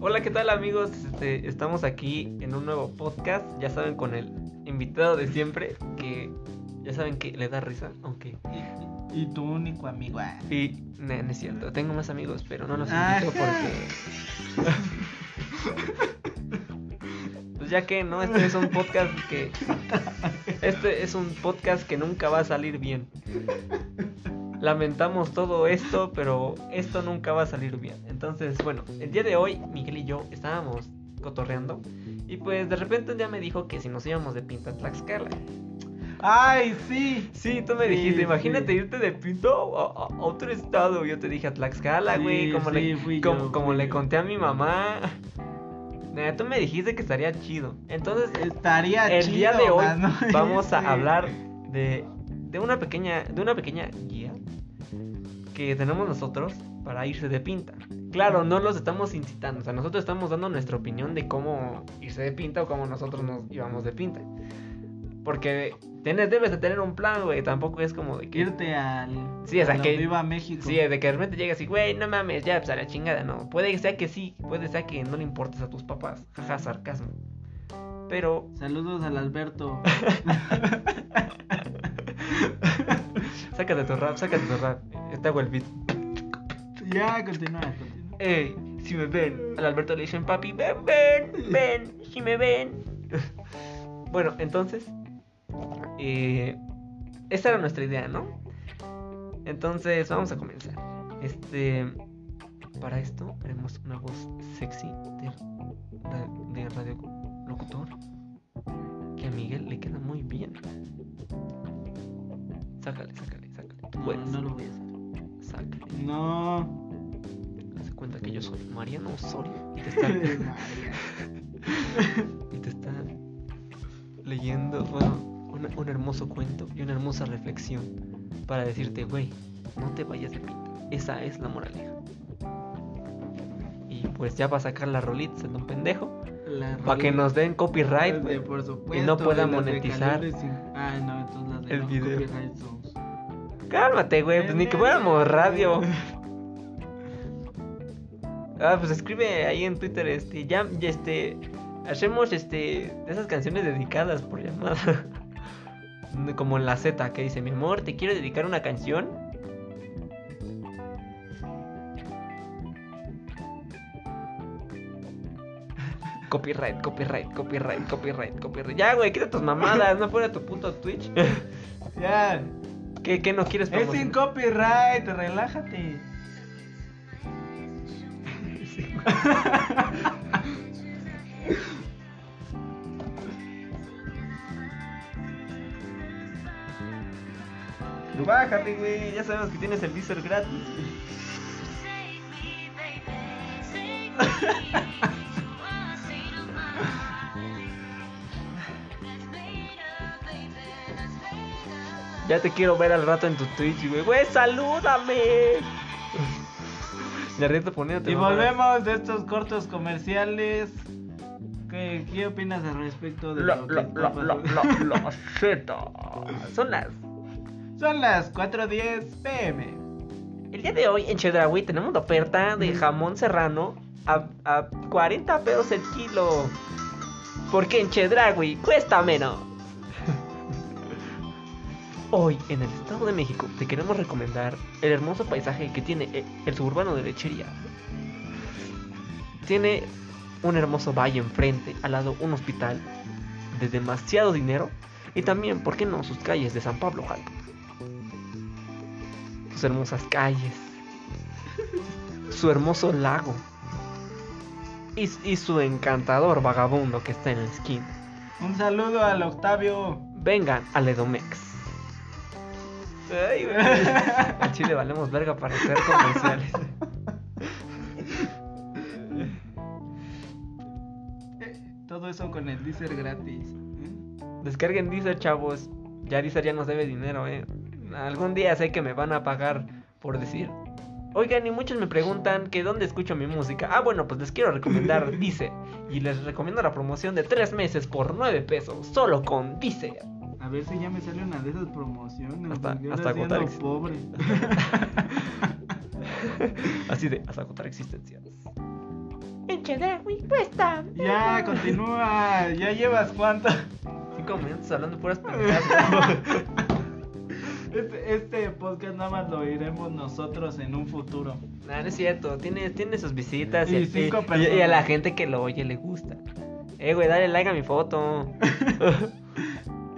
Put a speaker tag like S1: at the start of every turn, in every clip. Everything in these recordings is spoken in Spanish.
S1: Hola, ¿qué tal amigos? Este, estamos aquí en un nuevo podcast, ya saben, con el invitado de siempre, que ya saben que le da risa, aunque...
S2: Y, y tu único amigo. ah.
S1: Y no, no es cierto, tengo más amigos, pero no los
S2: Ajá.
S1: invito porque... Pues ya que no, este es un podcast que... Este es un podcast que nunca va a salir bien. Lamentamos todo esto, pero esto nunca va a salir bien. Entonces, bueno, el día de hoy Miguel y yo estábamos cotorreando y pues de repente un día me dijo que si nos íbamos de pinta a Tlaxcala.
S2: Ay, sí.
S1: Sí, tú me
S2: Sí,
S1: dijiste,
S2: sí.
S1: imagínate irte de Pinto a, a- a otro estado. Yo te dije a Tlaxcala,
S2: Sí,
S1: güey, como,
S2: sí,
S1: le,
S2: fui
S1: como,
S2: yo,
S1: como
S2: fui
S1: le
S2: yo.
S1: conté a mi mamá. Nah, tú me dijiste que estaría chido. Entonces,
S2: Estaría
S1: el
S2: chido,
S1: día de hoy
S2: mano.
S1: vamos
S2: Sí.
S1: a hablar de, de una pequeña de una pequeña guía que tenemos nosotros para irse de pinta. Claro, no los estamos incitando, o sea, nosotros estamos dando nuestra opinión de cómo irse de pinta o cómo nosotros nos íbamos de pinta. Porque tienes, debes de tener un plan, güey, tampoco es como de que...
S2: irte al
S1: Sí, o sea,
S2: a la
S1: que-
S2: Viva México.
S1: Sí, eh. de que de repente llegas y, güey, no mames, ya, pues a la chingada, no. Puede que sea que sí, puede que sea que no le importes a tus papás. Jaja, sarcasmo. Pero
S2: Saludos al Alberto.
S1: Sácate tu rap, sácate tu rap. Está hago el beat.
S2: ya, continúa, continúa.
S1: Ey, si me ven. Al Alberto le dicen, papi, ven, ven, ven, si me ven. bueno, entonces. eh, esa era nuestra idea, ¿no? Entonces, vamos a comenzar. Este. Para esto, haremos una voz sexy de, ra- de radio locutor. Que a Miguel le queda muy bien. Sácale, sácale, sácale. Tú
S2: No,
S1: puedes.
S2: no lo voy a hacer.
S1: Sácale.
S2: No.
S1: Hace cuenta que yo soy Mariano Osorio y te está,
S2: María.
S1: y te está leyendo bueno, un, un hermoso cuento y una hermosa reflexión para decirte, güey, no te vayas de pinta. Esa es la moraleja. Y pues ya va a sacar la rolita de un pendejo
S2: La
S1: para que
S2: realidad.
S1: nos den copyright.
S2: Pues,
S1: güey.
S2: de- por supuesto,
S1: y no
S2: de
S1: pueda
S2: las de
S1: monetizar
S2: Calibres cinc- Ah, no, entonces las de
S1: el
S2: no
S1: video.
S2: copyright son-
S1: Cálmate, güey, pues ni que fuéramos radio. Ah, pues escribe ahí en Twitter, este, ya, ya, este, hacemos, este, esas canciones dedicadas por llamada. Como en la Z, que dice, mi amor, te quiero dedicar una canción. Copyright, copyright, copyright, copyright, copyright. Ya, güey, quita tus mamadas, no fuera tu puto Twitch.
S2: Ya.
S1: ¿Qué, qué no quieres
S2: Es sin
S1: promocionar?
S2: copyright, relájate.
S1: Bájale, güey. Ya sabemos que tienes el Deezer gratis. Ya te quiero ver al rato en tu Twitch, güey. Güey, salúdame. De reto poniéndote.
S2: Y
S1: mamadas.
S2: volvemos de estos cortos comerciales. ¿Qué, qué opinas al respecto de
S1: La,
S2: lo que
S1: la,
S2: está
S1: la, la,
S2: pasando?
S1: la, la Z. Son las.
S2: Son las 4.10 pm.
S1: El día de hoy en Chedraui tenemos la oferta de jamón serrano a, a 40 pesos el kilo. Porque en Chedraui cuesta menos. Hoy en el Estado de México te queremos recomendar el hermoso paisaje que tiene e- el suburbano de Lechería. Tiene un hermoso valle enfrente, al lado un hospital de demasiado dinero y también, ¿por qué no?, sus calles de San Pablo Jalpa sus hermosas calles, su hermoso lago y, y su encantador vagabundo que está en la esquina.
S2: Un saludo al Octavio.
S1: Vengan al Edomex. Ay, güey. Al Chile valemos verga para hacer comerciales.
S2: Todo eso con el Deezer gratis. ¿eh?
S1: Descarguen Deezer, chavos. Ya Deezer ya nos debe dinero, eh. Algún día sé que me van a pagar por decir. Oigan, y muchos me preguntan que dónde escucho mi música. Ah, bueno, pues les quiero recomendar Dice. Y les recomiendo la promoción de 3 meses por 9 pesos, solo con Dice.
S2: A ver si ya me sale una de esas promociones.
S1: Hasta-
S2: porque
S1: hasta
S2: ahora sí ando
S1: agotar ex-
S2: pobre.
S1: Así de, hasta agotar existencias. En pinche Dragwin cuesta.
S2: Ya, continúa. Ya llevas cuánto.
S1: Cinco minutos hablando puras pendejadas.
S2: Este, este podcast nada más lo iremos nosotros en un futuro.
S1: No, no es cierto. Tiene, tiene sus visitas
S2: Y
S1: y,
S2: cinco
S1: y-
S2: personas.
S1: y a la gente que lo oye le gusta. Eh, güey, dale like a mi foto.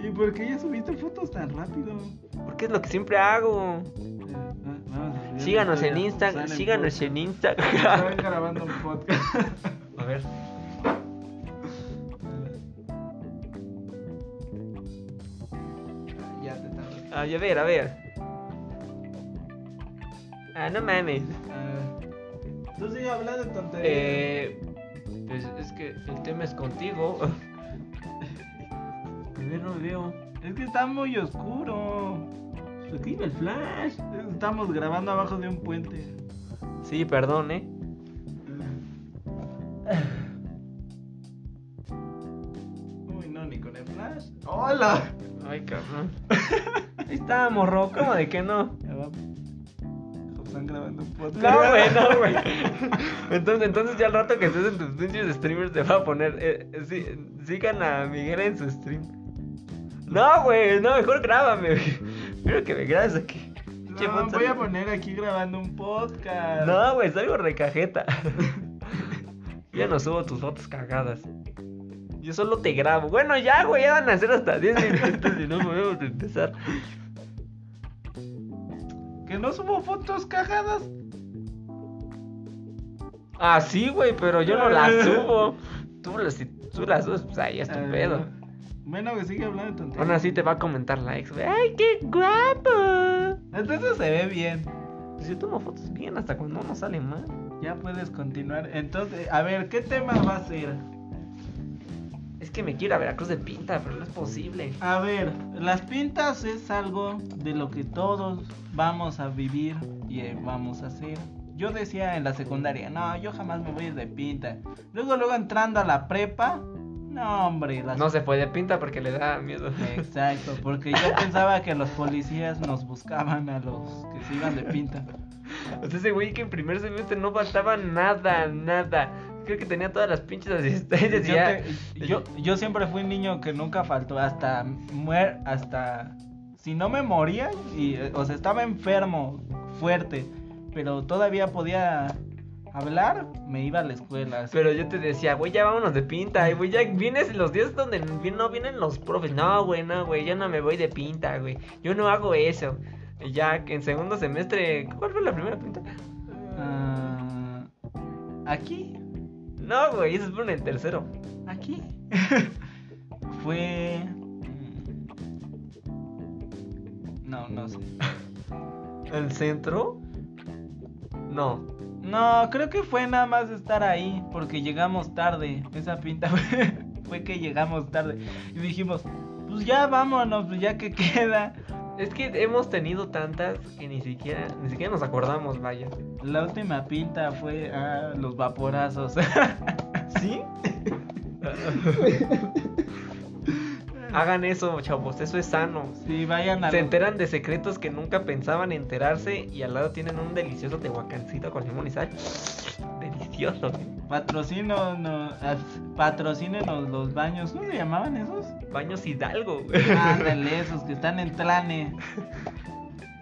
S2: ¿Y por qué ya subiste fotos tan rápido?
S1: Porque es lo que siempre hago. Síganos en Instagram. Síganos en
S2: Están
S1: Instagram.
S2: grabando un podcast.
S1: A ver.
S2: ya te tardas.
S1: Ay, a ver, a ver. Ah, no mames.
S2: Ah, Tú sigue hablando de tonterías.
S1: Eh, pues es que el tema es contigo. A ver, no me veo.
S2: Es que está muy oscuro.
S1: Aquí el flash.
S2: Estamos grabando abajo de un puente.
S1: Sí, perdón, eh. Ah.
S2: Uy, no, ni con el flash. ¡Hola!
S1: Ay, cabrón. Ahí está, morro. ¿Cómo de que no?
S2: Ya va. Están grabando un podcast.
S1: No, güey, no, güey. Entonces, entonces ya al rato que estés en tus pinches streamers te va a poner. eh, eh, sí, sigan a Miguel en su stream. No, güey, no, mejor grábame. güey. Quiero que me grabes aquí. Pinche
S2: No,
S1: Fonsa.
S2: voy a poner aquí grabando un podcast.
S1: No, güey, salgo recajeta. Yo no subo tus fotos cagadas. Yo solo te grabo. Bueno, ya, güey, ya van a ser hasta 10 minutos y no podemos empezar.
S2: Que no subo fotos cagadas.
S1: Ah, sí, güey, pero yo no las subo. Tú las, si tú las subes, pues ahí es tu
S2: Ah,
S1: pedo.
S2: Bueno, que sigue hablando de tonterías.
S1: Aún así te va a comentar la ex, güey. ¡Ay, qué guapo!
S2: Entonces se ve bien.
S1: Pues yo tomo fotos bien hasta cuando no sale mal.
S2: Ya puedes continuar. Entonces, a ver, ¿qué tema va a ser?
S1: Es que me quiero ir a Veracruz de pinta, pero no es posible.
S2: A ver, las pintas es algo de lo que todos vamos a vivir y eh, vamos a hacer. Yo decía en la secundaria, no, yo jamás me voy a ir de pinta. Luego, luego entrando a la prepa, no, hombre, las...
S1: No se fue de pinta porque le da miedo.
S2: Exacto, porque yo pensaba que los policías nos buscaban a los que se iban de pinta.
S1: O sea, ese güey que en primer semestre no faltaba nada, nada. Creo que tenía todas las pinches
S2: Yo,
S1: asistencias y ya.
S2: te- yo, yo siempre fui un niño que nunca faltó, hasta muer, hasta si no me moría, y, eh, o sea, estaba enfermo, fuerte, pero todavía podía hablar, me iba a la escuela. así.
S1: Pero yo te decía, güey, ya vámonos de pinta. Y güey, ya vienes los días donde vi- no vienen los profes. No, güey, no, güey, yo no me voy de pinta, güey. Yo no hago eso. Y ya que en segundo semestre, ¿cuál fue la primera pinta?
S2: Ah, aquí,
S1: No, güey, eso fue en el tercero.
S2: aquí. Fue... mm, No, no sé.
S1: ¿El centro? No.
S2: No, creo que fue nada más estar ahí, porque llegamos tarde. Esa pinta fue, fue que llegamos tarde. Y dijimos, pues ya vámonos, pues ya que queda.
S1: Es que hemos tenido tantas que ni siquiera, ni siquiera nos acordamos, vaya.
S2: La última pinta fue ah, los vaporazos.
S1: ¿Sí? Hagan eso, chavos, eso es sano.
S2: sí, vayan a...
S1: Se
S2: los-
S1: enteran de secretos que nunca pensaban enterarse y al lado tienen un delicioso tehuacancito con limón y sal. Delicioso. ¿eh?
S2: Patrocínenos, ah, patrocínenos los baños. ¿Cómo se llamaban esos?
S1: Baños Hidalgo.
S2: Ándale, esos que están en Tlane.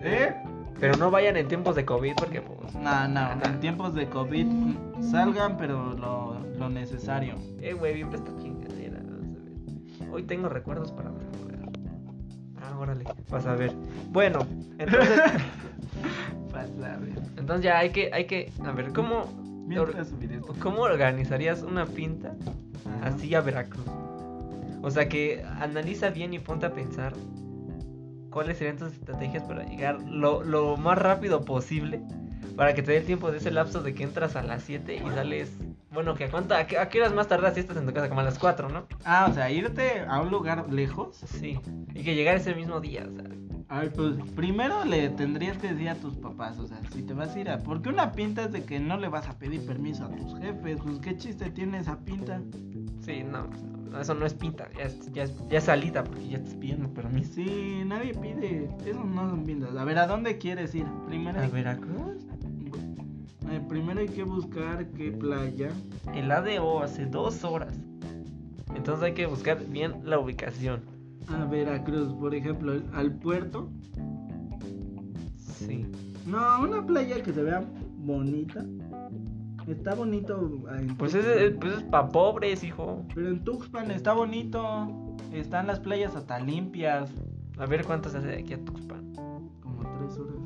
S2: ¿Eh?
S1: Pero no vayan en tiempos de COVID porque pues...
S2: No, no, en tiempos de COVID mm, salgan, pero lo, lo necesario.
S1: Eh, güey, bien esta chingadera. vamos a ver. Hoy tengo recuerdos para mejorar. Ah, órale, vas a ver. Bueno, entonces...
S2: Pasa, a ver.
S1: entonces ya hay que, hay que... A ver, ¿cómo...
S2: Mientras subiré esto.
S1: ¿Cómo organizarías una pinta
S2: Ajá.
S1: así a Veracruz? O sea que analiza bien y ponte a pensar cuáles serían tus estrategias para llegar lo, lo más rápido posible para que te dé el tiempo de ese lapso de que entras a las 7 y sales. Bueno, que a, cuánta, a, qué, a qué horas más tardas si estás en tu casa? Como a las 4, ¿no?
S2: Ah, o sea, irte a un lugar lejos.
S1: Sí. Y que llegar ese mismo día, o sea.
S2: A ver, pues primero le tendrías que decir a tus papás, o sea, si te vas a ir a... Porque una pinta es de que no le vas a pedir permiso a tus jefes, pues qué chiste tiene esa pinta.
S1: Sí, no. no, Eso no es pinta, ya es, ya es- ya es salida porque ya estás pidiendo
S2: Y
S1: permiso.
S2: sí, nadie pide, esos no son pintas. A ver, ¿a dónde quieres ir? Primero...
S1: ¿A Veracruz?
S2: Eh, primero hay que buscar qué playa.
S1: El ADO hace dos horas. Entonces hay que buscar bien la ubicación.
S2: A Veracruz, por ejemplo, el- al puerto.
S1: Sí.
S2: Mm. No, una playa que se vea bonita. Está bonito. eh, en
S1: Pues es,
S2: Tuxpan.
S1: es- pues es pa' pobres, hijo.
S2: Pero en Tuxpan está bonito. Están las playas hasta limpias.
S1: A ver cuántas hace de aquí a Tuxpan.
S2: Como tres horas.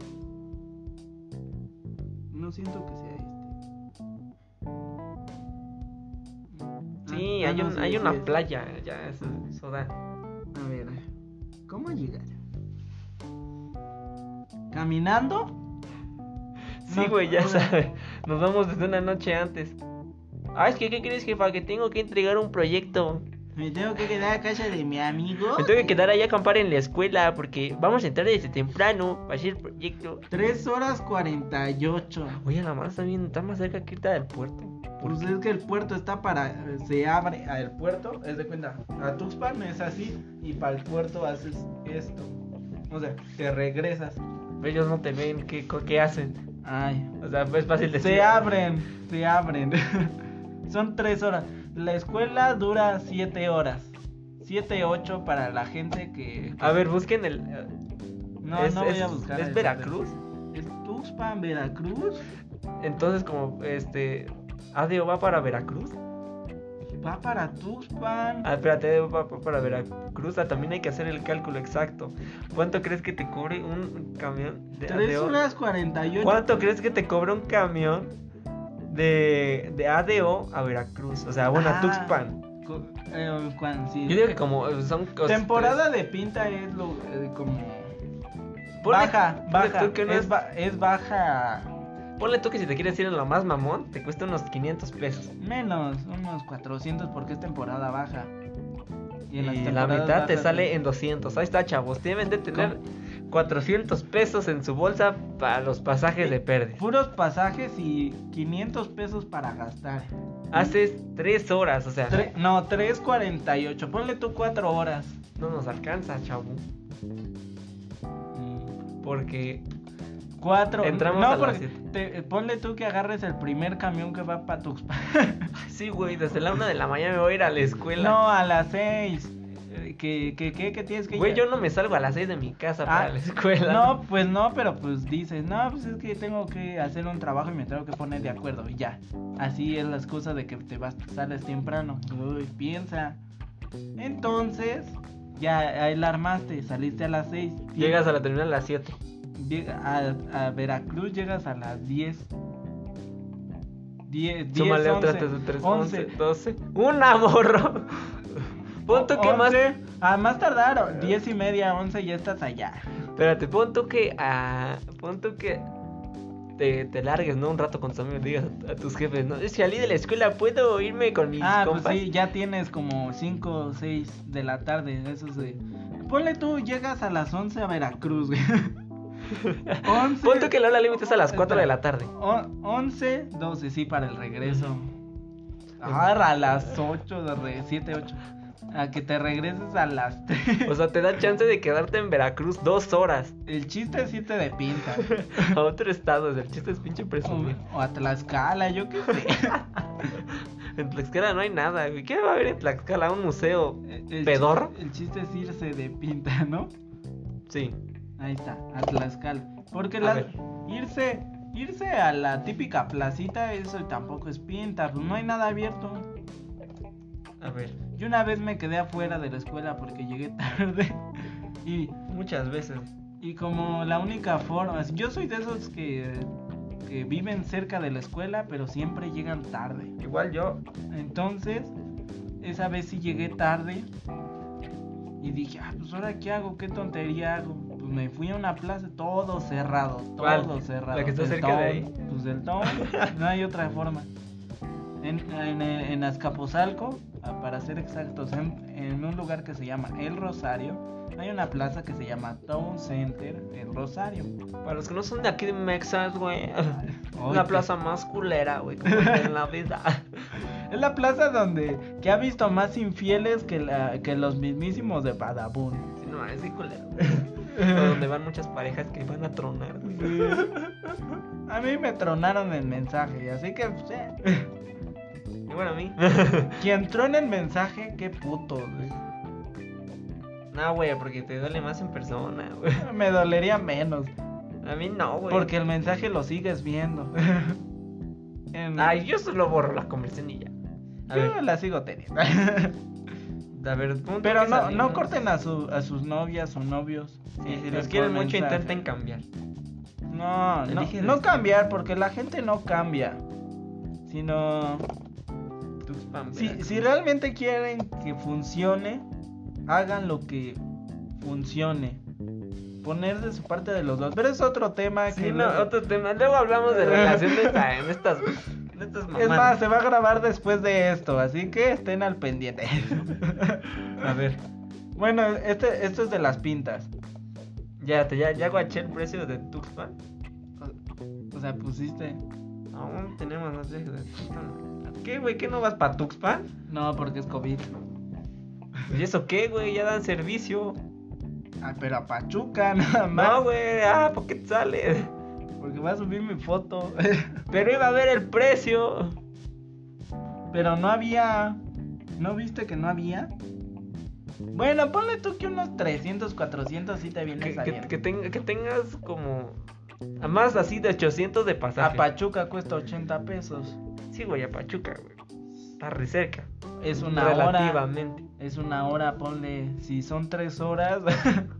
S2: No siento que sea este.
S1: Sí,
S2: Ah, ah,
S1: hay,
S2: no,
S1: un-
S2: sí,
S1: hay
S2: sí
S1: una
S2: es.
S1: playa, ya, eso, eso da.
S2: A ver, ¿cómo llegar? ¿Caminando?
S1: Sí,
S2: No,
S1: güey, ya
S2: no.
S1: sabes. Nos vamos desde una noche antes. Ah, es que, ¿qué crees, jefa? Que tengo que entregar un proyecto.
S2: Me tengo que quedar a casa de mi amigo.
S1: Me tengo que quedar ahí a acampar en la escuela porque vamos a entrar desde temprano para hacer el proyecto.
S2: 3 horas 48.
S1: Oye, la mar está bien, está más cerca que está del puerto. ¿Por
S2: Pues
S1: qué?
S2: es que el puerto está para. Se abre al puerto, es de cuenta. A Tuxpan es así y para el puerto haces esto. O sea, te regresas.
S1: Ellos no te ven, ¿qué, co- qué hacen?
S2: Ay,
S1: O sea, pues es fácil decir.
S2: Se abren, se abren. Son tres horas. La escuela dura siete horas. Siete, ocho para la gente que...
S1: A ver, busquen el. eh,
S2: No,
S1: Ah, es,
S2: no voy
S1: es-
S2: a buscar.
S1: ¿Es
S2: el-
S1: Veracruz?
S2: ¿Es Tuxpan, Veracruz?
S1: Entonces, como este. ADO va para Veracruz.
S2: Va para Tuxpan.
S1: Ah, espérate, ADO va pa- para Veracruz. Ah, también hay que hacer el cálculo exacto. ¿Cuánto crees que te cobre un camión de
S2: Tres
S1: ADO?
S2: horas cuarenta y ocho.
S1: ¿Cuánto crees que te cobra un camión de, de ADO a Veracruz? O sea, bueno, a
S2: Ah,
S1: Tuxpan.
S2: co- eh, cuan- sí.
S1: Yo digo que como eh, son cos-
S2: Temporada de pinta es lo, eh, como...
S1: Ponle-
S2: baja,
S1: ponle
S2: baja.
S1: tú que no es-
S2: es, ba- es baja
S1: Ponle tú que si te quieres ir a lo más mamón, te cuesta unos 500 pesos.
S2: menos, unos 400 porque es temporada baja.
S1: Y,
S2: en las
S1: la
S2: temporadas
S1: mitad te
S2: bajas-
S1: sale en 200. Ahí está, chavos. Deben de tener 400 pesos en su bolsa para los pasajes de pérdida.
S2: Puros pasajes y 500 pesos para gastar.
S1: Haces 3 horas, o sea,
S2: Tre- no, 3.48. Ponle tú 4 horas.
S1: no nos alcanza, chavo. Porque
S2: 4.
S1: Entramos
S2: Mm, no,
S1: a las
S2: porque
S1: siete.
S2: te- eh, ponle tú que agarres el primer camión que va para Tuxpan.
S1: sí, güey, desde la 1 de la mañana me voy a ir a la escuela.
S2: No, a las 6. Que, que, que, que tienes que
S1: Güey, yo
S2: llegar?
S1: no me salgo a las 6 de mi casa
S2: Ah,
S1: para la escuela.
S2: No, pues no, pero pues dices, no, pues es que tengo que hacer un trabajo y me tengo que poner de acuerdo y ya. Así es la excusa de que te vas, sales temprano. Uy, piensa. Entonces, ya ahí la armaste, saliste a las 6.
S1: Llegas a la terminal a las 7.
S2: a, a Veracruz, llegas a las 10. 10, 10,
S1: Súmale
S2: 11,
S1: otras 3, 3,
S2: 11.
S1: 11, 12. ¡Una, morro! Pon tú que más.
S2: 11, A Ah, más tardar, 10 y media, 11 ya estás allá.
S1: Espérate, pon tú que. ah, pon tú que. Te, te largues, ¿no? Un rato con tus amigos, digas a, a tus jefes, ¿no? Es que salí de la escuela, puedo irme con mis
S2: Ah,
S1: compas.
S2: pues sí, ya tienes como 5 o 6 de la tarde, eso sí. Ponle tú, llegas a las 11 a Veracruz, güey. 11,
S1: Pon tú que la hora límite es a las 4
S2: Espera.
S1: de la tarde.
S2: o- 11, 12, sí, para el regreso. Agarra a las 8, 7, 8. A que te regreses a las 3.
S1: O sea, te da chance de quedarte en Veracruz dos horas.
S2: El chiste sí te de pinta.
S1: A otro estado, o sea, el chiste es pinche presumir.
S2: O, o a Tlaxcala, yo qué sé.
S1: En Tlaxcala no hay nada, güey. ¿Qué va a haber en Tlaxcala? ¿Un museo?
S2: El
S1: ¿Pedorro?
S2: chiste- el chiste es irse de pinta, ¿no?
S1: Sí.
S2: Ahí está, a Tlaxcala. Porque
S1: A
S2: la-
S1: ver.
S2: irse, irse a la típica placita, eso tampoco es pinta, pues no hay nada abierto.
S1: A ver.
S2: Yo una vez me quedé afuera de la escuela porque llegué tarde. Y,
S1: Muchas veces.
S2: y como la única forma, yo soy de esos que, que viven cerca de la escuela, pero siempre llegan tarde.
S1: Igual yo.
S2: Entonces, esa vez sí llegué tarde y dije, ah, pues ahora qué hago, qué tontería hago. Pues me fui a una plaza, todo cerrado, todo
S1: ¿Cuál?
S2: cerrado.
S1: ¿La que está
S2: Del
S1: cerca de
S2: Tom, Pues del Tom, no hay otra forma. En, en, en Azcapotzalco, ah, para ser exactos, en, en un lugar que se llama El Rosario, hay una plaza que se llama Town Center El Rosario.
S1: Para los que no son de aquí de Mexas, güey.
S2: Oye,
S1: Una plaza más culera, güey. Como que en la vida.
S2: Es la plaza donde que ha visto más infieles que, la- que los mismísimos de Badabun.
S1: Sí, no, es de culera, güey. O Donde van muchas parejas que van a tronar, güey.
S2: A mí me tronaron el mensaje, así que, pues, eh.
S1: Y bueno, a mí.
S2: Quien trone el mensaje, qué puto, güey.
S1: no, güey, porque te duele más en persona, güey.
S2: Me dolería menos.
S1: A mí no, güey.
S2: Porque el mensaje lo sigues viendo. En-
S1: Ay, yo solo borro la conversación y ya. A
S2: yo
S1: ver,
S2: la sigo teniendo.
S1: a ver, punto
S2: Pero
S1: que
S2: no,
S1: salimos.
S2: no corten a, su, a sus novias o novios. Eh,
S1: Sí, si
S2: les
S1: los quieren
S2: ponen
S1: mucho,
S2: mensaje.
S1: intenten cambiar.
S2: No,
S1: Les
S2: no,
S1: dije
S2: no
S1: respeto.
S2: cambiar, porque la gente no cambia. Sino.
S1: Tus pamperas.
S2: Si, si realmente quieren que funcione, hagan lo que funcione. Poner de su parte de los dos. Pero es otro tema
S1: Sí,
S2: que.
S1: no,
S2: luego-
S1: otro tema. Luego hablamos de relaciones ah, en estas, en estas
S2: Es
S1: mamadas.
S2: más, em se va a grabar después de esto, así que estén al pendiente.
S1: A ver,
S2: bueno, este, esto es de las pintas.
S1: ya, te, ya, ya guaché el precio de Tuxpan.
S2: O sea, pusiste.
S1: Aún tenemos más precios de Tuxpan. ¿Qué, güey? ¿Qué no vas para Tuxpan?
S2: No, porque es COVID.
S1: Pues, ¿Y eso qué, güey? Ya dan servicio.
S2: Ah, pero a Pachuca nada más.
S1: No, güey. Ah, ¿por qué te sales?
S2: Porque va a subir mi foto.
S1: Pero iba a ver el precio.
S2: Pero no había. ¿No viste que no había? Bueno, ponle tú que unos 300, 400 sí te viene
S1: Que, que,
S2: saliendo.
S1: que tenga, que tengas como. A más así de 800 de
S2: A
S1: pasaje.
S2: Pachuca cuesta 80 pesos.
S1: sí, güey, a Pachuca, güey. Está re cerca.
S2: Es una hora.
S1: relativamente.
S2: Es una hora, ponle. Si son 3 horas,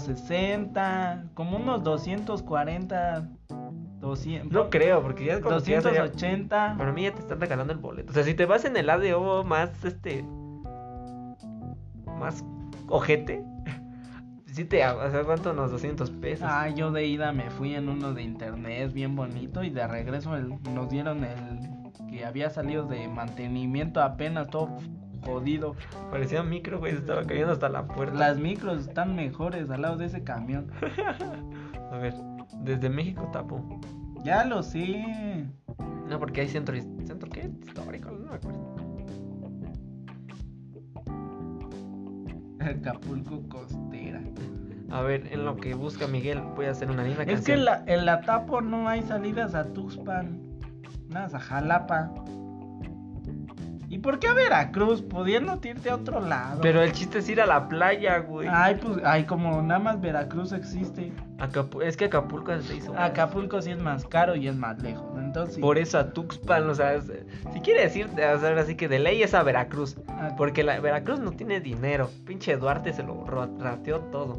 S2: 160. Como unos 240. 200.
S1: No creo, porque ya es como que ya sería-
S2: 280.
S1: Para mí ya te están regalando el boleto. O sea, si te vas en el ADO más este. Más ojete. Sí te hago. O sea, ¿cuánto unos 200 pesos?
S2: Ah, yo de ida me fui en uno de internet bien bonito y de regreso el- nos dieron el que había salido de mantenimiento apenas todo jodido.
S1: Parecía un micro, güey. Se estaba cayendo hasta la puerta.
S2: Las micros están mejores al lado de ese camión.
S1: A ver, desde México tapo.
S2: Ya lo sé.
S1: No, porque hay centro. ¿Centro qué? Histórico, no me acuerdo.
S2: Acapulco costera.
S1: A ver, en lo que busca Miguel, voy a hacer una linda
S2: Es que
S1: canción.
S2: en la, en la Tapo no hay salidas a Tuxpan. Nada, a Jalapa. ¿Y por qué a Veracruz? Pudiendo irte a otro lado.
S1: Pero el chiste es ir a la playa, güey.
S2: Ay, pues, ay, como nada más Veracruz existe.
S1: Acapu- Es que Acapulco se hizo.
S2: Ah, Acapulco sí es más caro y es más lejos. Entonces,
S1: Por eso a Tuxpan, o sea, es- si quieres ir, o sea, ahora sí que de ley es a Veracruz.
S2: ah,
S1: Porque la, Veracruz no tiene dinero. Pinche Duarte se lo ro- rateó todo.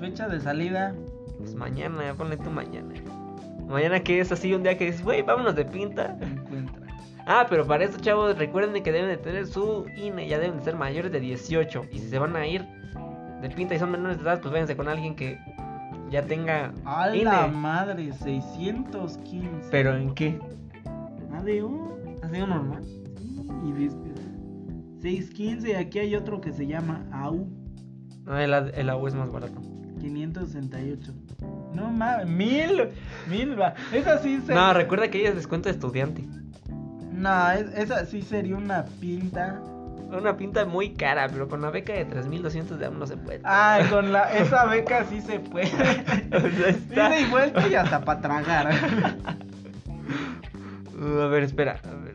S2: fecha de salida,
S1: Pues mañana, ponle tú mañana. Mañana que es así un día que dices, güey, vámonos de pinta.
S2: encuentra.
S1: Ah, pero para eso, chavos, recuerden que deben de tener su INE, ya deben de ser mayores de 18. Y si se van a ir de pinta y son menores de edad, pues váyanse con alguien que ya tenga
S2: A la
S1: INE.
S2: madre, 615.
S1: ¿Pero en qué?
S2: Adiós.
S1: ¿Así normal?
S2: Y viste. 615, aquí hay otro que se llama AU
S1: No, el, A- el AU es más barato.
S2: 568. No mames, mil, mil va. Esa sí se.
S1: No, recuerda que ella es descuento de estudiante.
S2: No, es- esa sí sería una pinta.
S1: Una pinta muy cara, pero con una beca de 3200 de AM no se puede.
S2: Ay, con la esa beca sí se puede.
S1: O sea, está-
S2: Ida y vuelta y hasta para tragar.
S1: Uh, a ver, espera. A ver,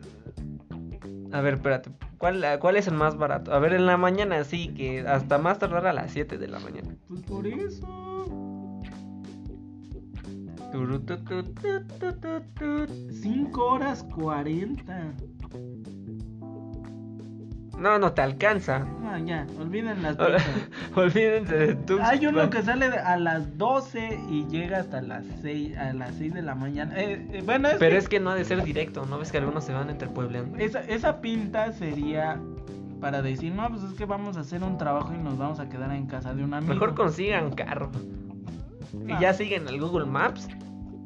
S1: a ver espérate. ¿Cuál, la- ¿Cuál es el más barato? A ver, en la mañana sí, que hasta más tardar a las 7 de la mañana.
S2: Pues por eso.
S1: Turu, tu, tu, tu, tu, tu, tu.
S2: 5 horas 40.
S1: No, no te alcanza.
S2: Ah, ya, olviden las
S1: Ahora,
S2: pintas.
S1: Olvídense de tu.
S2: Hay uno que sale de- a las 12 y llega hasta las 6, a las 6 de la mañana. Eh, eh, bueno, es
S1: Pero
S2: que
S1: es que no ha de ser directo, ¿no ves que algunos se van entre puebleando?
S2: esa, esa pinta sería para decir, no, pues es que vamos a hacer un trabajo y nos vamos a quedar en casa de un amigo.
S1: Mejor consigan carro.
S2: Ah.
S1: Y ya siguen el Google Maps.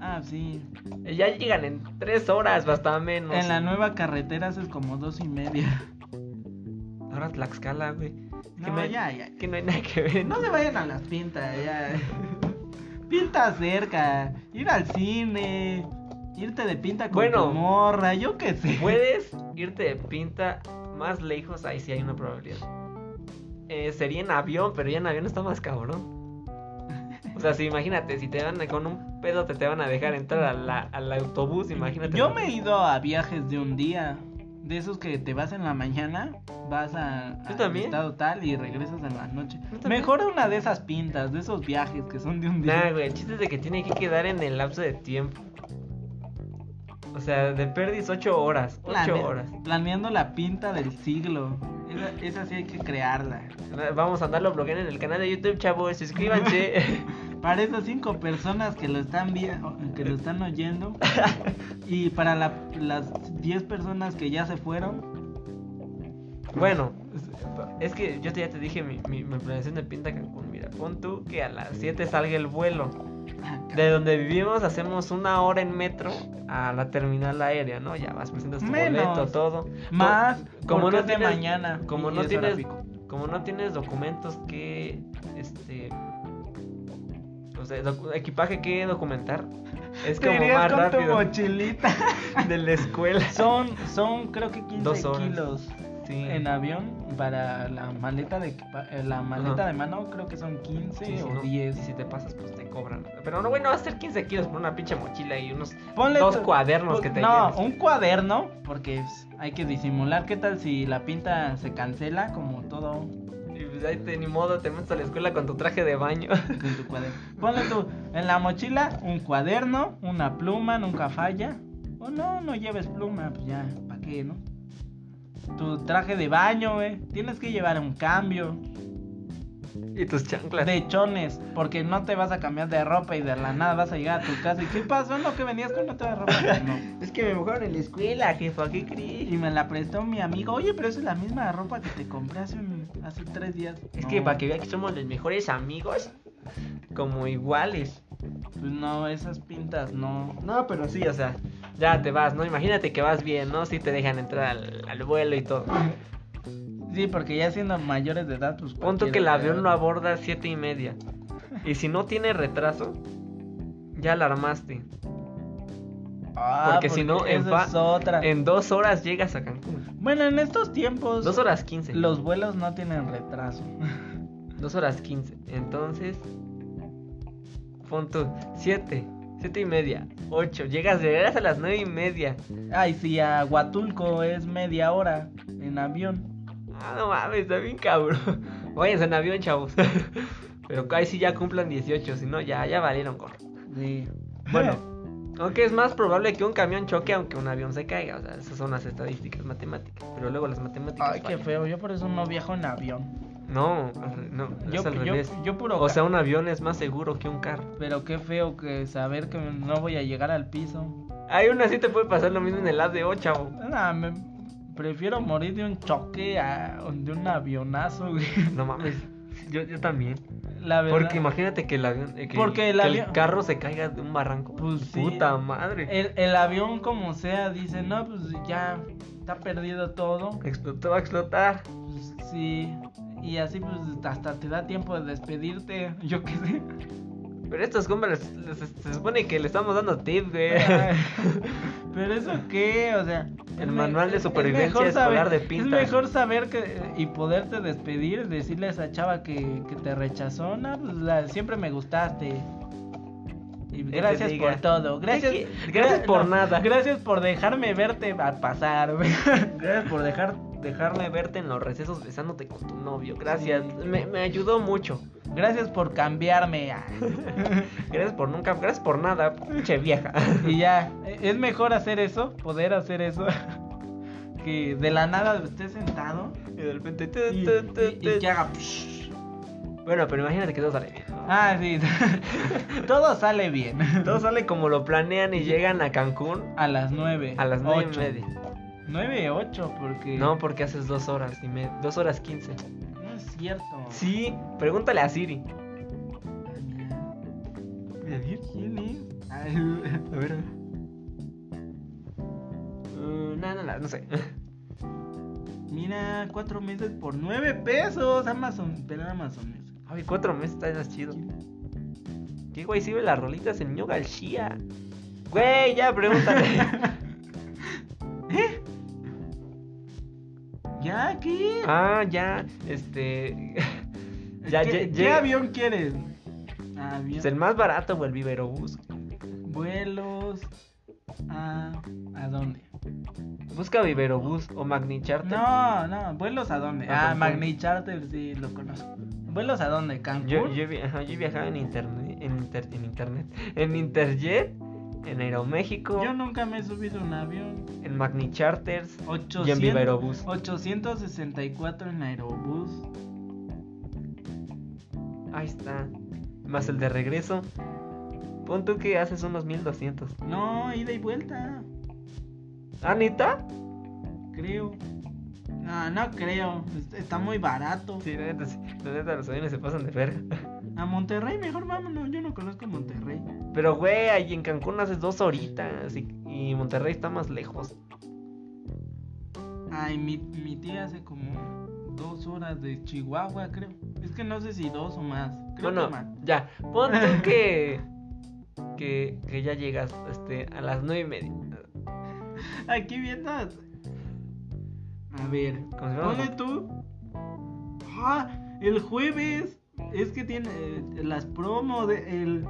S2: Ah, sí.
S1: Y Ya llegan en 3 horas, hasta menos.
S2: En la nueva carretera haces como dos y media.
S1: Ahora Tlaxcala, güey. Que
S2: No,
S1: no hay-
S2: ya, ya.
S1: Que no hay nada que ver.
S2: No se vayan a las pintas, ya. Pinta cerca, ir al cine, irte de pinta con
S1: Bueno.
S2: tu morra, yo qué sé.
S1: Puedes irte de pinta más lejos, ahí sí hay una probabilidad. Eh, sería en avión, pero ya en avión está más cabrón. O sea, si imagínate, si te van a- con un pedo te, te van a dejar entrar a la- al autobús, imagínate.
S2: Yo me he ido a viajes de un día. De esos que te vas en la mañana, vas a,
S1: Yo
S2: al
S1: también.
S2: estado tal y regresas en la noche.
S1: Yo también.
S2: Mejor una de esas pintas, de esos viajes que son de un día.
S1: Nah, güey, el chiste es de que tiene que quedar en el lapso de tiempo. O sea, de perdis 8 horas. 8
S2: Plane-
S1: horas.
S2: Planeando la pinta del siglo. Esa, esa sí hay que crearla.
S1: Vamos a andarlo bloqueando en el canal de YouTube, chavos. Suscríbanse.
S2: Para esas cinco personas que lo están vi- que lo están oyendo y para la- las 10 personas que ya se fueron,
S1: bueno, es que yo te- ya te dije mi, mi, mi planeación de pinta Cancún. Mira, pon tú que a las 7 salga el vuelo.
S2: Ah,
S1: De donde vivimos hacemos una hora en metro a la terminal aérea, ¿no? Ya vas, presentas tu
S2: Menos.
S1: boleto, todo.
S2: más
S1: como
S2: porque
S1: no
S2: es de
S1: tienes-
S2: mañana,
S1: como
S2: y
S1: no
S2: es
S1: tienes-
S2: hora pico.
S1: Como no tienes documentos que, este, o sea, docu- equipaje que documentar, es
S2: Te
S1: como
S2: irías
S1: más
S2: con
S1: rápido
S2: tu mochilita.
S1: de la escuela.
S2: Son son creo que 15
S1: Dos horas.
S2: kilos
S1: Sí.
S2: en avión para la maleta de equipa- eh, la maleta
S1: Ajá.
S2: de mano, creo que son 15
S1: Sí, sí,
S2: o
S1: ¿no?
S2: 10.
S1: Y si te pasas, pues te cobran. Pero no, güey, no va a ser 15 kilos por una pinche mochila y unos
S2: Ponle
S1: dos
S2: tu-
S1: cuadernos
S2: Pues,
S1: que te
S2: No,
S1: lleves.
S2: un cuaderno, porque pues, hay que disimular. ¿Qué tal si la pinta se cancela como todo
S1: Y pues ahí te, ni modo, te metes a la escuela con tu traje de baño.
S2: con tu cuaderno? Ponle tú en la mochila un cuaderno, una pluma, nunca falla. O no, no lleves pluma, pues ya, ¿para qué, no? Tu traje de baño, eh. Tienes que llevar un cambio
S1: y tus chanclas.
S2: de chones, porque no te vas a cambiar de ropa y de la nada vas a llegar a tu casa. ¿Y qué pasó? ¿No que venías con otra ropa? No.
S1: Es que me mojaron en la escuela, jefa, ¿qué
S2: Y
S1: crees?
S2: me la prestó mi amigo. Oye, pero esa es la misma ropa que te compré hace, un- hace tres días.
S1: Es
S2: No,
S1: que para que vean que somos los mejores amigos, como iguales.
S2: Pues no, esas pintas no.
S1: No, pero sí, o sea, ya te vas, ¿no? Imagínate que vas bien, ¿no? Si te dejan entrar al, al vuelo y todo.
S2: Sí, porque ya siendo mayores de edad, pues.
S1: Punto
S2: cualquiera
S1: que el
S2: te-
S1: avión lo aborda a siete y media. Y si no tiene retraso, ya alarmaste.
S2: Ah,
S1: porque si no, en
S2: esa
S1: fa-
S2: es otra.
S1: En dos horas llegas a Cancún.
S2: Bueno, en estos tiempos.
S1: Dos horas quince.
S2: Los vuelos no tienen retraso.
S1: Dos horas quince. Entonces, punto siete. Siete y media. Ocho. Llegas, llegas a las nueve y media.
S2: Ay, sí, a Huatulco es media hora en avión.
S1: Ah, no mames, está bien cabrón. Váyanse en avión, chavos. Pero ahí sí ya cumplan 18, si no, ya, ya valieron gorro.
S2: Sí.
S1: Bueno, aunque es más probable que un camión choque aunque un avión se caiga. O sea, esas son las estadísticas matemáticas. Pero luego las matemáticas.
S2: Ay, qué
S1: fallan.
S2: feo. Yo por eso no viajo en avión.
S1: No, no,
S2: Yo,
S1: es al
S2: yo,
S1: revés.
S2: yo puro.
S1: O sea, un avión es más seguro que un carro.
S2: Pero qué feo que saber que no voy a llegar al piso.
S1: Hay una así te puede pasar lo mismo en el ADO, chavo.
S2: Nah, me prefiero morir de un choque a de un avionazo, güey.
S1: No mames. Yo, yo también.
S2: La verdad.
S1: Porque imagínate que el avión. Eh. eh, que-
S2: Porque el
S1: que
S2: avión-
S1: carro se caiga de un barranco.
S2: Pues sí.
S1: Puta madre.
S2: el, el avión como sea dice, "No, pues ya está perdido todo."
S1: Explotó, va a explotar.
S2: Pues, sí. Y así pues hasta te da tiempo de despedirte, yo qué sé.
S1: Pero estos hombres les- les- se supone que le estamos dando tip, güey.
S2: Pero eso qué, o sea,
S1: El
S2: es me-
S1: manual de
S2: es- es
S1: supervivencia
S2: mejor
S1: escolar de
S2: saber,
S1: pintas.
S2: Es mejor saber que y poderte despedir, decirle a esa chava que, que te rechazó, no, pues la- siempre me gustaste. Y
S1: te
S2: gracias
S1: diga.
S2: por todo, gracias,
S1: Aquí- gracias
S2: gra-
S1: por nada.
S2: gracias por dejarme verte a pasar, güey.
S1: Gracias por dejar, dejarme verte en los recesos besándote con tu novio. Gracias.
S2: Sí.
S1: Me, me ayudó mucho.
S2: gracias por cambiarme. ah.
S1: Gracias por nunca, gracias por nada, pinche vieja.
S2: Y ya, es mejor hacer eso, poder hacer eso, que de la nada estés sentado
S1: Y de repente. tu,
S2: y,
S1: tu, tu,
S2: y- y
S1: tu.
S2: que haga. psh.
S1: Bueno, pero imagínate que todo sale bien.
S2: Ah, sí. Todo sale bien.
S1: Todo sale como lo planean y llegan a Cancún
S2: A las 9.
S1: a las nueve y
S2: ocho.
S1: media.
S2: 9, 8, porque.
S1: No, porque haces dos horas y me... dos horas quince.
S2: No es cierto.
S1: Sí, pregúntale a Siri.
S2: Ah, mira.
S1: A ver.
S2: ¿Quién es? Ay,
S1: A ver. no, Mm, no, no, no sé.
S2: Mira, 4 meses por 9 pesos. Amazon. Pero Amazon Music.
S1: Ay, cuatro meses está más chido. ¿Qué güey sirve las rolitas el niño García? Güey, ya pregúntale.
S2: ¿Eh? ¿Ya qué?
S1: ah, ya, este.
S2: ¿Qué,
S1: ya, ya,
S2: qué
S1: ya.
S2: avión quieres?
S1: Es el más barato, güey, el Viverobús.
S2: Vuelos a... ¿A dónde?
S1: Busca Viverobús o Magnicharter.
S2: No, no, vuelos a dónde.
S1: A
S2: Ah,
S1: Cancún.
S2: Magni Charter, sí, lo conozco. ¿Vuelos a dónde? ¿Cancún?
S1: Yo, yo, vi- ajá, yo viajaba en internet, en, inter- en internet, en Interjet, en Aeroméxico,
S2: Yo nunca me he subido a un avión.
S1: en Magnicharters.
S2: 800,
S1: Y en Viva Aerobús.
S2: 864 en Aerobús.
S1: Ahí está. Más el de regreso. Pon tú que haces unos 1200.
S2: No, ida y vuelta.
S1: ¿Ah, ¿Anita?
S2: Creo. No, no creo. Es- Está muy barato.
S1: Sí, la neta, sí. La neta, los aviones se pasan de verga.
S2: A Monterrey mejor vámonos. Yo no conozco Monterrey.
S1: Pero, güey, ahí en Cancún haces dos horitas y, y Monterrey está más lejos.
S2: Ay, mi, mi tía hace como dos horas de Chihuahua, creo. Es que no sé si dos o más. Creo
S1: bueno,
S2: que más.
S1: ya. Pon tú que, que, que ya llegas este, a las nueve y media.
S2: Aquí vienes. A ver,
S1: Como si fuéramos
S2: pone
S1: a-
S2: tú. Ah, el jueves. Es que tiene eh, las promos de el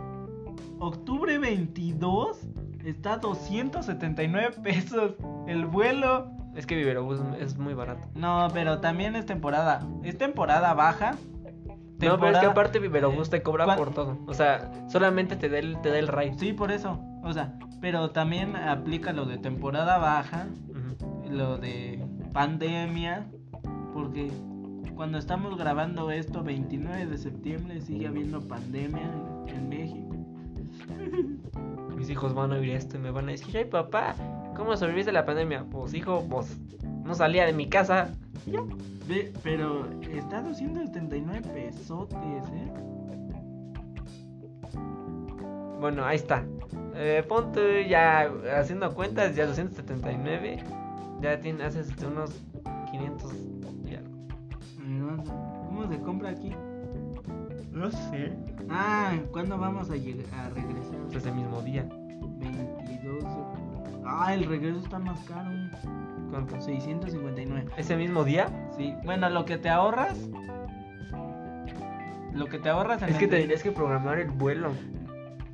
S2: octubre 22 está 279 pesos el vuelo.
S1: Es que Viverobús es muy barato.
S2: No, pero también es temporada. Es temporada baja.
S1: No, pero es que
S2: Temporada- eh,
S1: aparte Viverobús te cobra
S2: ¿Cuán-
S1: por todo. O sea, solamente te da el, te da el ride.
S2: Sí, por eso. O sea, pero también aplica lo de temporada baja,
S1: Ujú.
S2: lo de pandemia, porque cuando estamos grabando esto, 29 de septiembre, sigue habiendo pandemia en- en México.
S1: Mis hijos van a oír esto y me van a decir, ay papá, ¿cómo sobreviviste a la pandemia? Pues hijo, pues no salía de mi casa.
S2: Ve, pero está 279 pesotes, ¿eh?
S1: Bueno, ahí está. Eh, pon tú ya haciendo cuentas, ya 279. Ya tiene, haces unos 500 y algo.
S2: A ver, vamos a- ¿Cómo se compra aquí?
S1: No sé.
S2: Ah, ¿cuándo vamos a, lleg- a regresar?
S1: Ese mismo día.
S2: 22 de octubre. Ah, el regreso está más caro. ¿eh?
S1: ¿Cuántos?
S2: 659.
S1: ¿Ese mismo día?
S2: Sí, bueno, lo que te ahorras. Lo que te ahorras en
S1: Es que
S2: el-
S1: tendrías que programar el vuelo.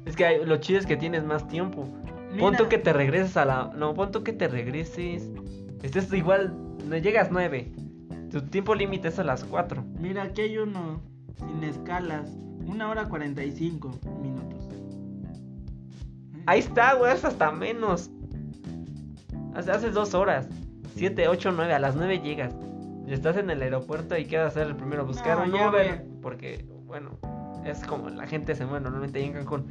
S1: Es que hay- lo chido es que tienes más tiempo.
S2: Mira,
S1: Pon tú que te regreses a la. No, pon tú que te regreses. Estés igual. No llegas 9. Tu tiempo límite es a las 4.
S2: Mira, aquí hay uno sin escalas. Una hora 45 minutos.
S1: Ahí está, güey. Es hasta menos. Hace, haces 2 horas. 7, 8, 9. A las 9 llegas. Y estás en el aeropuerto y quedas a ser el primero. Buscar
S2: No,
S1: un
S2: ya,
S1: Uber. Porque, bueno, es como la gente se mueve normalmente ahí en Cancún.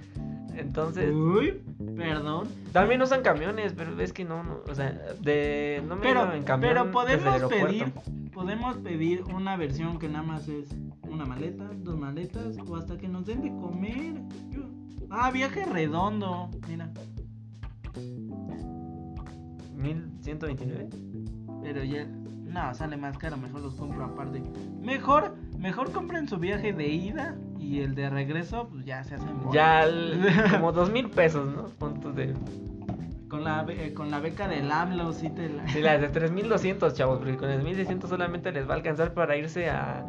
S1: Entonces.
S2: Uy, perdón.
S1: También usan camiones, pero es que no, no, o sea, de no me
S2: Pero,
S1: iba en camión
S2: pero
S1: desde el
S2: podemos
S1: aeropuerto.
S2: pedir. Podemos pedir una versión que nada más es una maleta, dos maletas, o hasta que nos den de comer. Yo- Ah, viaje redondo. Mira.
S1: 1129.
S2: Pero ya, no, sale más caro, mejor los compro aparte. Mejor, mejor compren su viaje de ida y el de regreso, pues ya se hacen bolas.
S1: Ya al- como dos mil pesos, ¿no? Puntos de
S2: Con la, be- eh, con la beca del AMLO, sí te la...
S1: de las de 3200, chavos, porque con 3600 solamente les va a alcanzar para irse a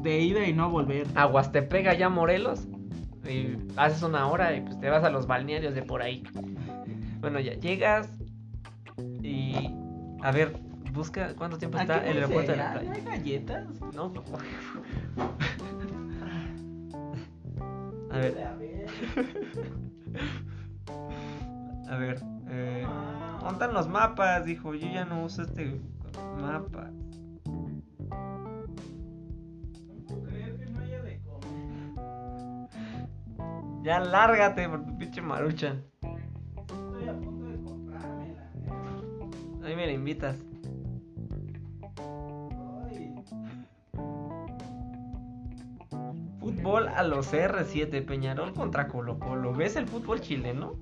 S2: De ida y no volver.
S1: a Huastepec allá a Morelos. Y haces una hora y pues te vas a los balnearios de por ahí. Bueno, ya llegas y a ver, busca cuánto tiempo
S2: Aquí
S1: está el
S2: dice,
S1: aeropuerto de la
S2: ¿ah,
S1: playa.
S2: ¿Hay galletas?
S1: No. pues, A ver,
S2: A ver.
S1: a ver. Eh, montan los mapas, dijo. Yo ya no uso este mapa.
S2: ¿Crees que no haya de comer?
S1: Ya lárgate por tu pinche marucha.
S2: Estoy a punto de comprármela.
S1: Ahí me la invitas.
S2: Ay.
S1: Fútbol a los R7, Peñarol contra Colo Colo. ¿Ves el fútbol chileno?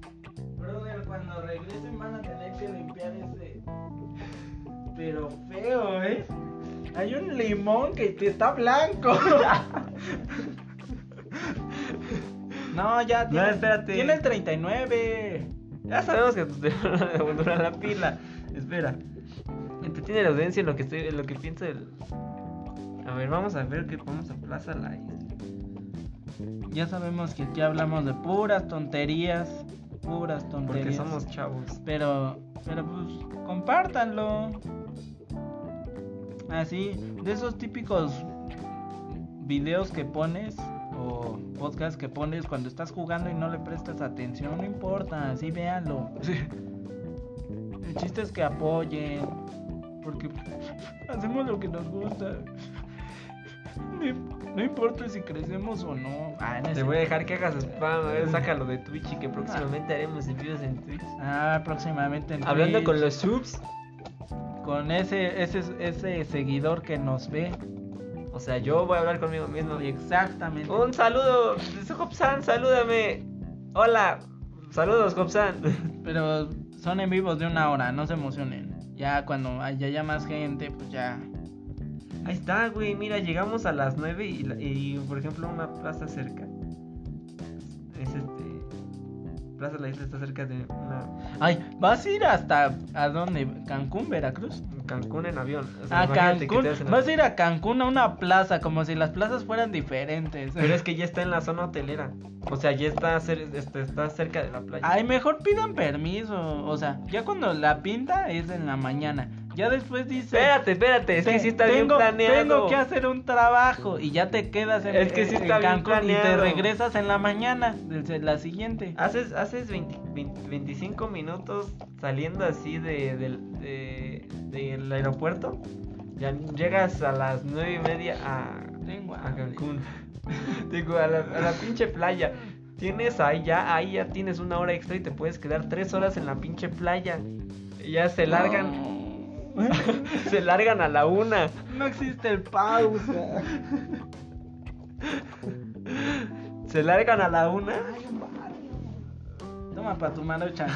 S2: Brother, cuando regresen van a tener que limpiar ese. Pero feo, ¿eh? Hay un limón que te está blanco. no, ya tiene,
S1: espérate.
S2: Tiene el 39.
S1: Ya sabemos que tu teléfono no dura la pila. Espera. Entretiene la audiencia en lo que, estoy, en lo que pienso del... A ver, vamos a ver qué vamos a Plaza La Isla.
S2: Ya sabemos que aquí hablamos de puras tonterías, puras
S1: Porque
S2: tonterías.
S1: somos chavos.
S2: Pero, pero pues, compártanlo. Así, de esos típicos videos que pones o podcasts que pones cuando estás jugando y no le prestas atención, no importa, así véanlo. El chiste es que apoyen, porque hacemos lo que nos gusta. No im- No importa si crecemos o no. Ah, no es
S1: Te voy a
S2: cierto.
S1: dejar que hagas spam, a ver, sácalo de Twitch y que próximamente haremos envíos en Twitch.
S2: Ah, próximamente. en
S1: Hablando con
S2: Twitch.
S1: los subs,
S2: con ese, ese, ese seguidor que nos ve.
S1: o sea, yo voy a hablar conmigo mismo.
S2: Exactamente.
S1: Un saludo, Hopsan, salúdame. Hola, saludos, Hopsan.
S2: Pero son en vivos de una hora, no se emocionen. Ya cuando haya ya más gente, pues ya.
S1: Ahí está, güey, mira, llegamos a las 9 y, la- y, por ejemplo, una plaza cerca. Es este. Plaza de la Isla está cerca de una-
S2: Ay, vas a ir hasta a dónde? Cancún, Veracruz.
S1: Cancún en avión. O sea,
S2: A
S1: imagínate que
S2: Ah, Cancún.
S1: te vas en
S2: Vas a
S1: avión.
S2: ir a Cancún a una plaza, como si las plazas fueran diferentes.
S1: Pero es que ya está en la zona hotelera. O sea, ya está, cer- este, está cerca de la playa.
S2: Ay, mejor pidan permiso. O sea, ya cuando la pinta es en la mañana. Ya después dice.
S1: Espérate, espérate, es que
S2: Te-
S1: sí está
S2: tengo,
S1: bien planeado.
S2: Tengo que hacer un trabajo y ya te quedas en,
S1: Es que sí
S2: en
S1: está bien
S2: Cancún y te
S1: planeado.
S2: regresas en la mañana, desde la siguiente.
S1: Haces, haces 20 20 25 minutos saliendo así de, del- de- del aeropuerto. Ya llegas a las 9 y media a,
S2: Tengo
S1: a
S2: hambre.
S1: Cancún. Digo, a la, a la pinche playa. Tienes ahí ya, ahí ya tienes una hora extra y te puedes quedar tres horas en la pinche playa. Y Ya se largan,
S2: No,
S1: se largan a la una.
S2: No existe el pausa.
S1: Se largan a la una.
S2: Toma para tu maruchan.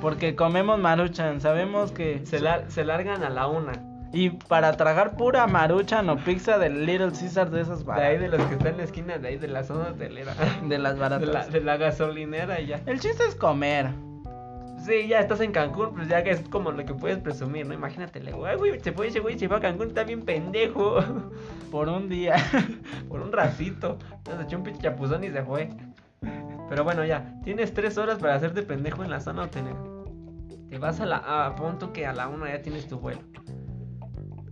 S2: Porque comemos maruchan, sabemos que.
S1: Se, lar- se largan a la una.
S2: Y para tragar pura maruchan o pizza del Little Caesar de esas
S1: De ahí
S2: baratas.
S1: de los que están en la esquina, de ahí de la zona hotelera.
S2: de las baratas.
S1: De la, de la gasolinera y ya.
S2: El chiste es comer.
S1: Sí, ya estás en Cancún, pues ya que es como lo que puedes presumir, ¿no? Imagínate, le digo, "Ay, güey, se fue ese güey, se fue a Cancún, está bien pendejo.
S2: Por un día.
S1: Por un ratito. Nos echó un pinche chapuzón y se fue. Pero bueno, ya. Tienes tres horas para hacerte pendejo en la zona hotelera. Te vas a la. A punto que a la una ya tienes tu vuelo.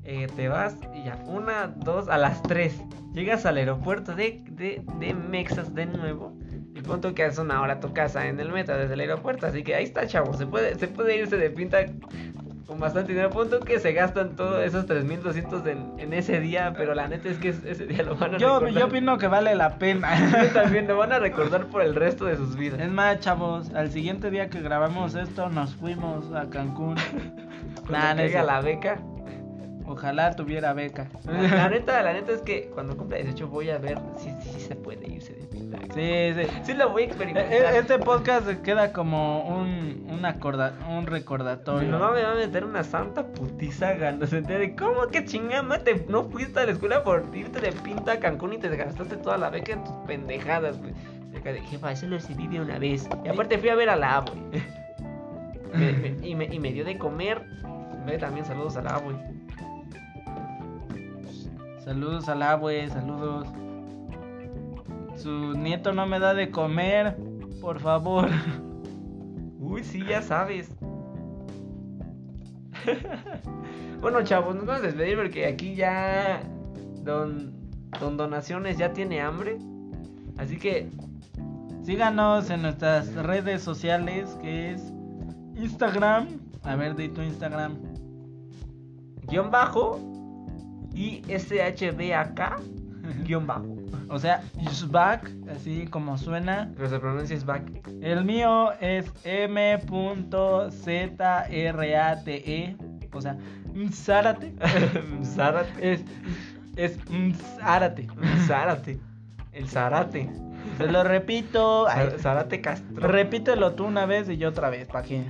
S1: Eh, te vas y ya. Una, dos, a las tres. Llegas al aeropuerto de, de, de Mexas de nuevo. Y punto que hace una hora a tu casa en el metro desde el aeropuerto. Así que ahí está, chavo. Se puede, se puede irse de pinta con bastante dinero. Punto que se gastan todos esos 3.200 en, en ese día. Pero la neta es que es- ese día lo van a
S2: Yo,
S1: recordar.
S2: yo opino que vale la pena.
S1: Yo también lo van a recordar por el resto de sus
S2: Es
S1: vidas.
S2: más, chavos, al siguiente día que grabamos esto nos fuimos a Cancún.
S1: Cuando
S2: Nah, no
S1: caiga
S2: es cierto.
S1: la beca.
S2: Ojalá tuviera beca.
S1: La neta, la neta es que cuando cumpla 18 voy a ver si, si se puede irse de pinta.
S2: Sí, sí. E-
S1: Sí lo voy a experimentar.
S2: e- Este podcast se queda como un, un, acorda- un
S1: Mi
S2: recordatorio.
S1: mamá me va a meter una santa putiza cuando se entere. ¿Cómo que chingada te, no fuiste a la escuela por irte de pinta a Cancún y te gastaste toda la beca en tus pendejadas, güey? Y acá de, Jefa, solo se vive una vez. Y aparte fui a ver a la abue. Me- me- y, me, y me dio de comer. Ve también saludos a la abue.
S2: Saludos al abue, saludos. Su nieto no me da de comer, por favor.
S1: Uy, sí, ya sabes. bueno, chavos, nos vamos a despedir porque aquí ya don, don Donaciones ya tiene hambre. Así que
S2: Síganos en nuestras redes sociales que es Instagram. A ver, di tu Instagram.
S1: guión bajo y SHBAK guión bajo.
S2: O sea, is back, así como suena.
S1: Pero se pronuncia es back.
S2: El mío es m.zrate. E, O sea, Zárate.
S1: Zárate.
S2: Es, es mm, Zárate.
S1: Zárate. El Zárate.
S2: Se lo repito. ay,
S1: Zá- Zárate Castro.
S2: repítelo tú una vez y yo otra vez, ¿para qué?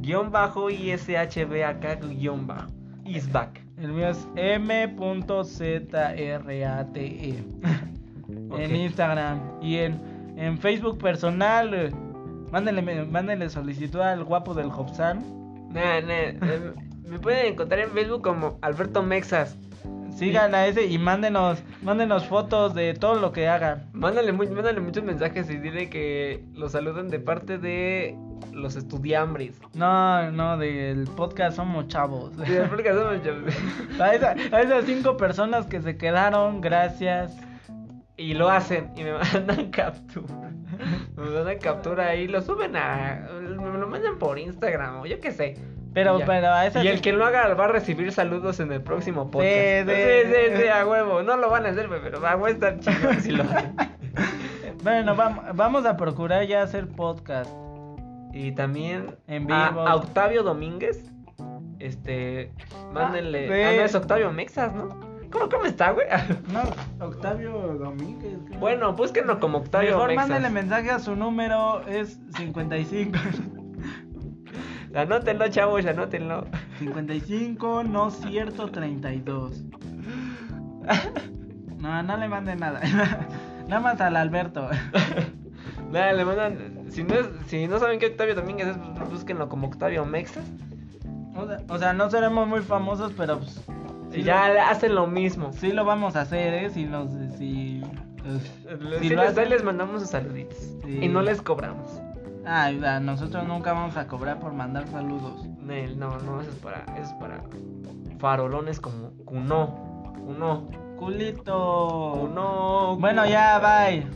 S1: Guión bajo y SHBAK guión bajo. Is back.
S2: El mío es m.zrate.
S1: Ok.
S2: E. En Instagram y en, en Facebook personal. eh, Mándenle, mándenle solicitud al guapo del Hobsan.
S1: em, Nah, nah, eh, me pueden encontrar en Facebook como Alberto Mexas.
S2: Sigan a ese y mándenos, mándenos fotos de todo lo que hagan.
S1: Mándale, mu- mándale muchos mensajes y dile que los saluden de parte de los estudiambres.
S2: No, no, del podcast somos chavos.
S1: De la República Somos Chavos.
S2: A, esa- a esas cinco personas que se quedaron, gracias.
S1: Y lo hacen y me mandan captura. Me mandan captura y lo suben a. Me lo mandan por Instagram o yo qué sé.
S2: Pero,
S1: Y ya.
S2: pero a esas
S1: Y el que lo haga va a recibir saludos en el próximo podcast.
S2: Sí, sí.
S1: sí, sí, a huevo. No lo van a hacer, pero va a estar chido si lo hacen.
S2: Bueno, vam- vamos a procurar ya hacer podcast.
S1: Y también
S2: En
S1: a,
S2: vivo.
S1: a Octavio Domínguez. Este, mándenle.
S2: sí.
S1: Ah, no, es Octavio Mexas, ¿no? ¿Cómo, cómo está, güey?
S2: No, Octavio Domínguez. creo.
S1: bueno, búsquenlo como Octavio
S2: Mejor
S1: Mexas.
S2: mándenle mensaje a su número, es 55.
S1: Anótenlo, chavos, anótenlo.
S2: 55, no cierto, 32. No, no le manden nada. Nada más al Alberto.
S1: Nada, le mandan. Si no, es- si no saben qué Octavio Domínguez es, pues, búsquenlo como Octavio Mexas.
S2: O sea, o sea, no seremos muy famosos, pero pues, sí
S1: y ya
S2: lo-
S1: le hacen lo mismo.
S2: sí lo vamos a hacer, ¿eh? Si nos...
S1: Si
S2: Si, si lo
S1: les da,
S2: hacen-
S1: les mandamos sus saluditos.
S2: Sí.
S1: Y no les cobramos.
S2: Ay, a nosotros nunca vamos a cobrar por mandar saludos.
S1: Nel, No, no, eso es para, eso es para farolones como Cuno. Cuno. Oh,
S2: Culito.
S1: Cuno.
S2: Bueno, ya, bye.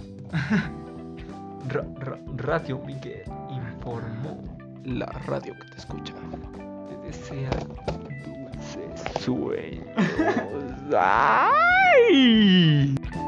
S1: Ra- ra- radio Miguel informó. La radio que te escucha. Te desea dulces sueños. ¡Ay!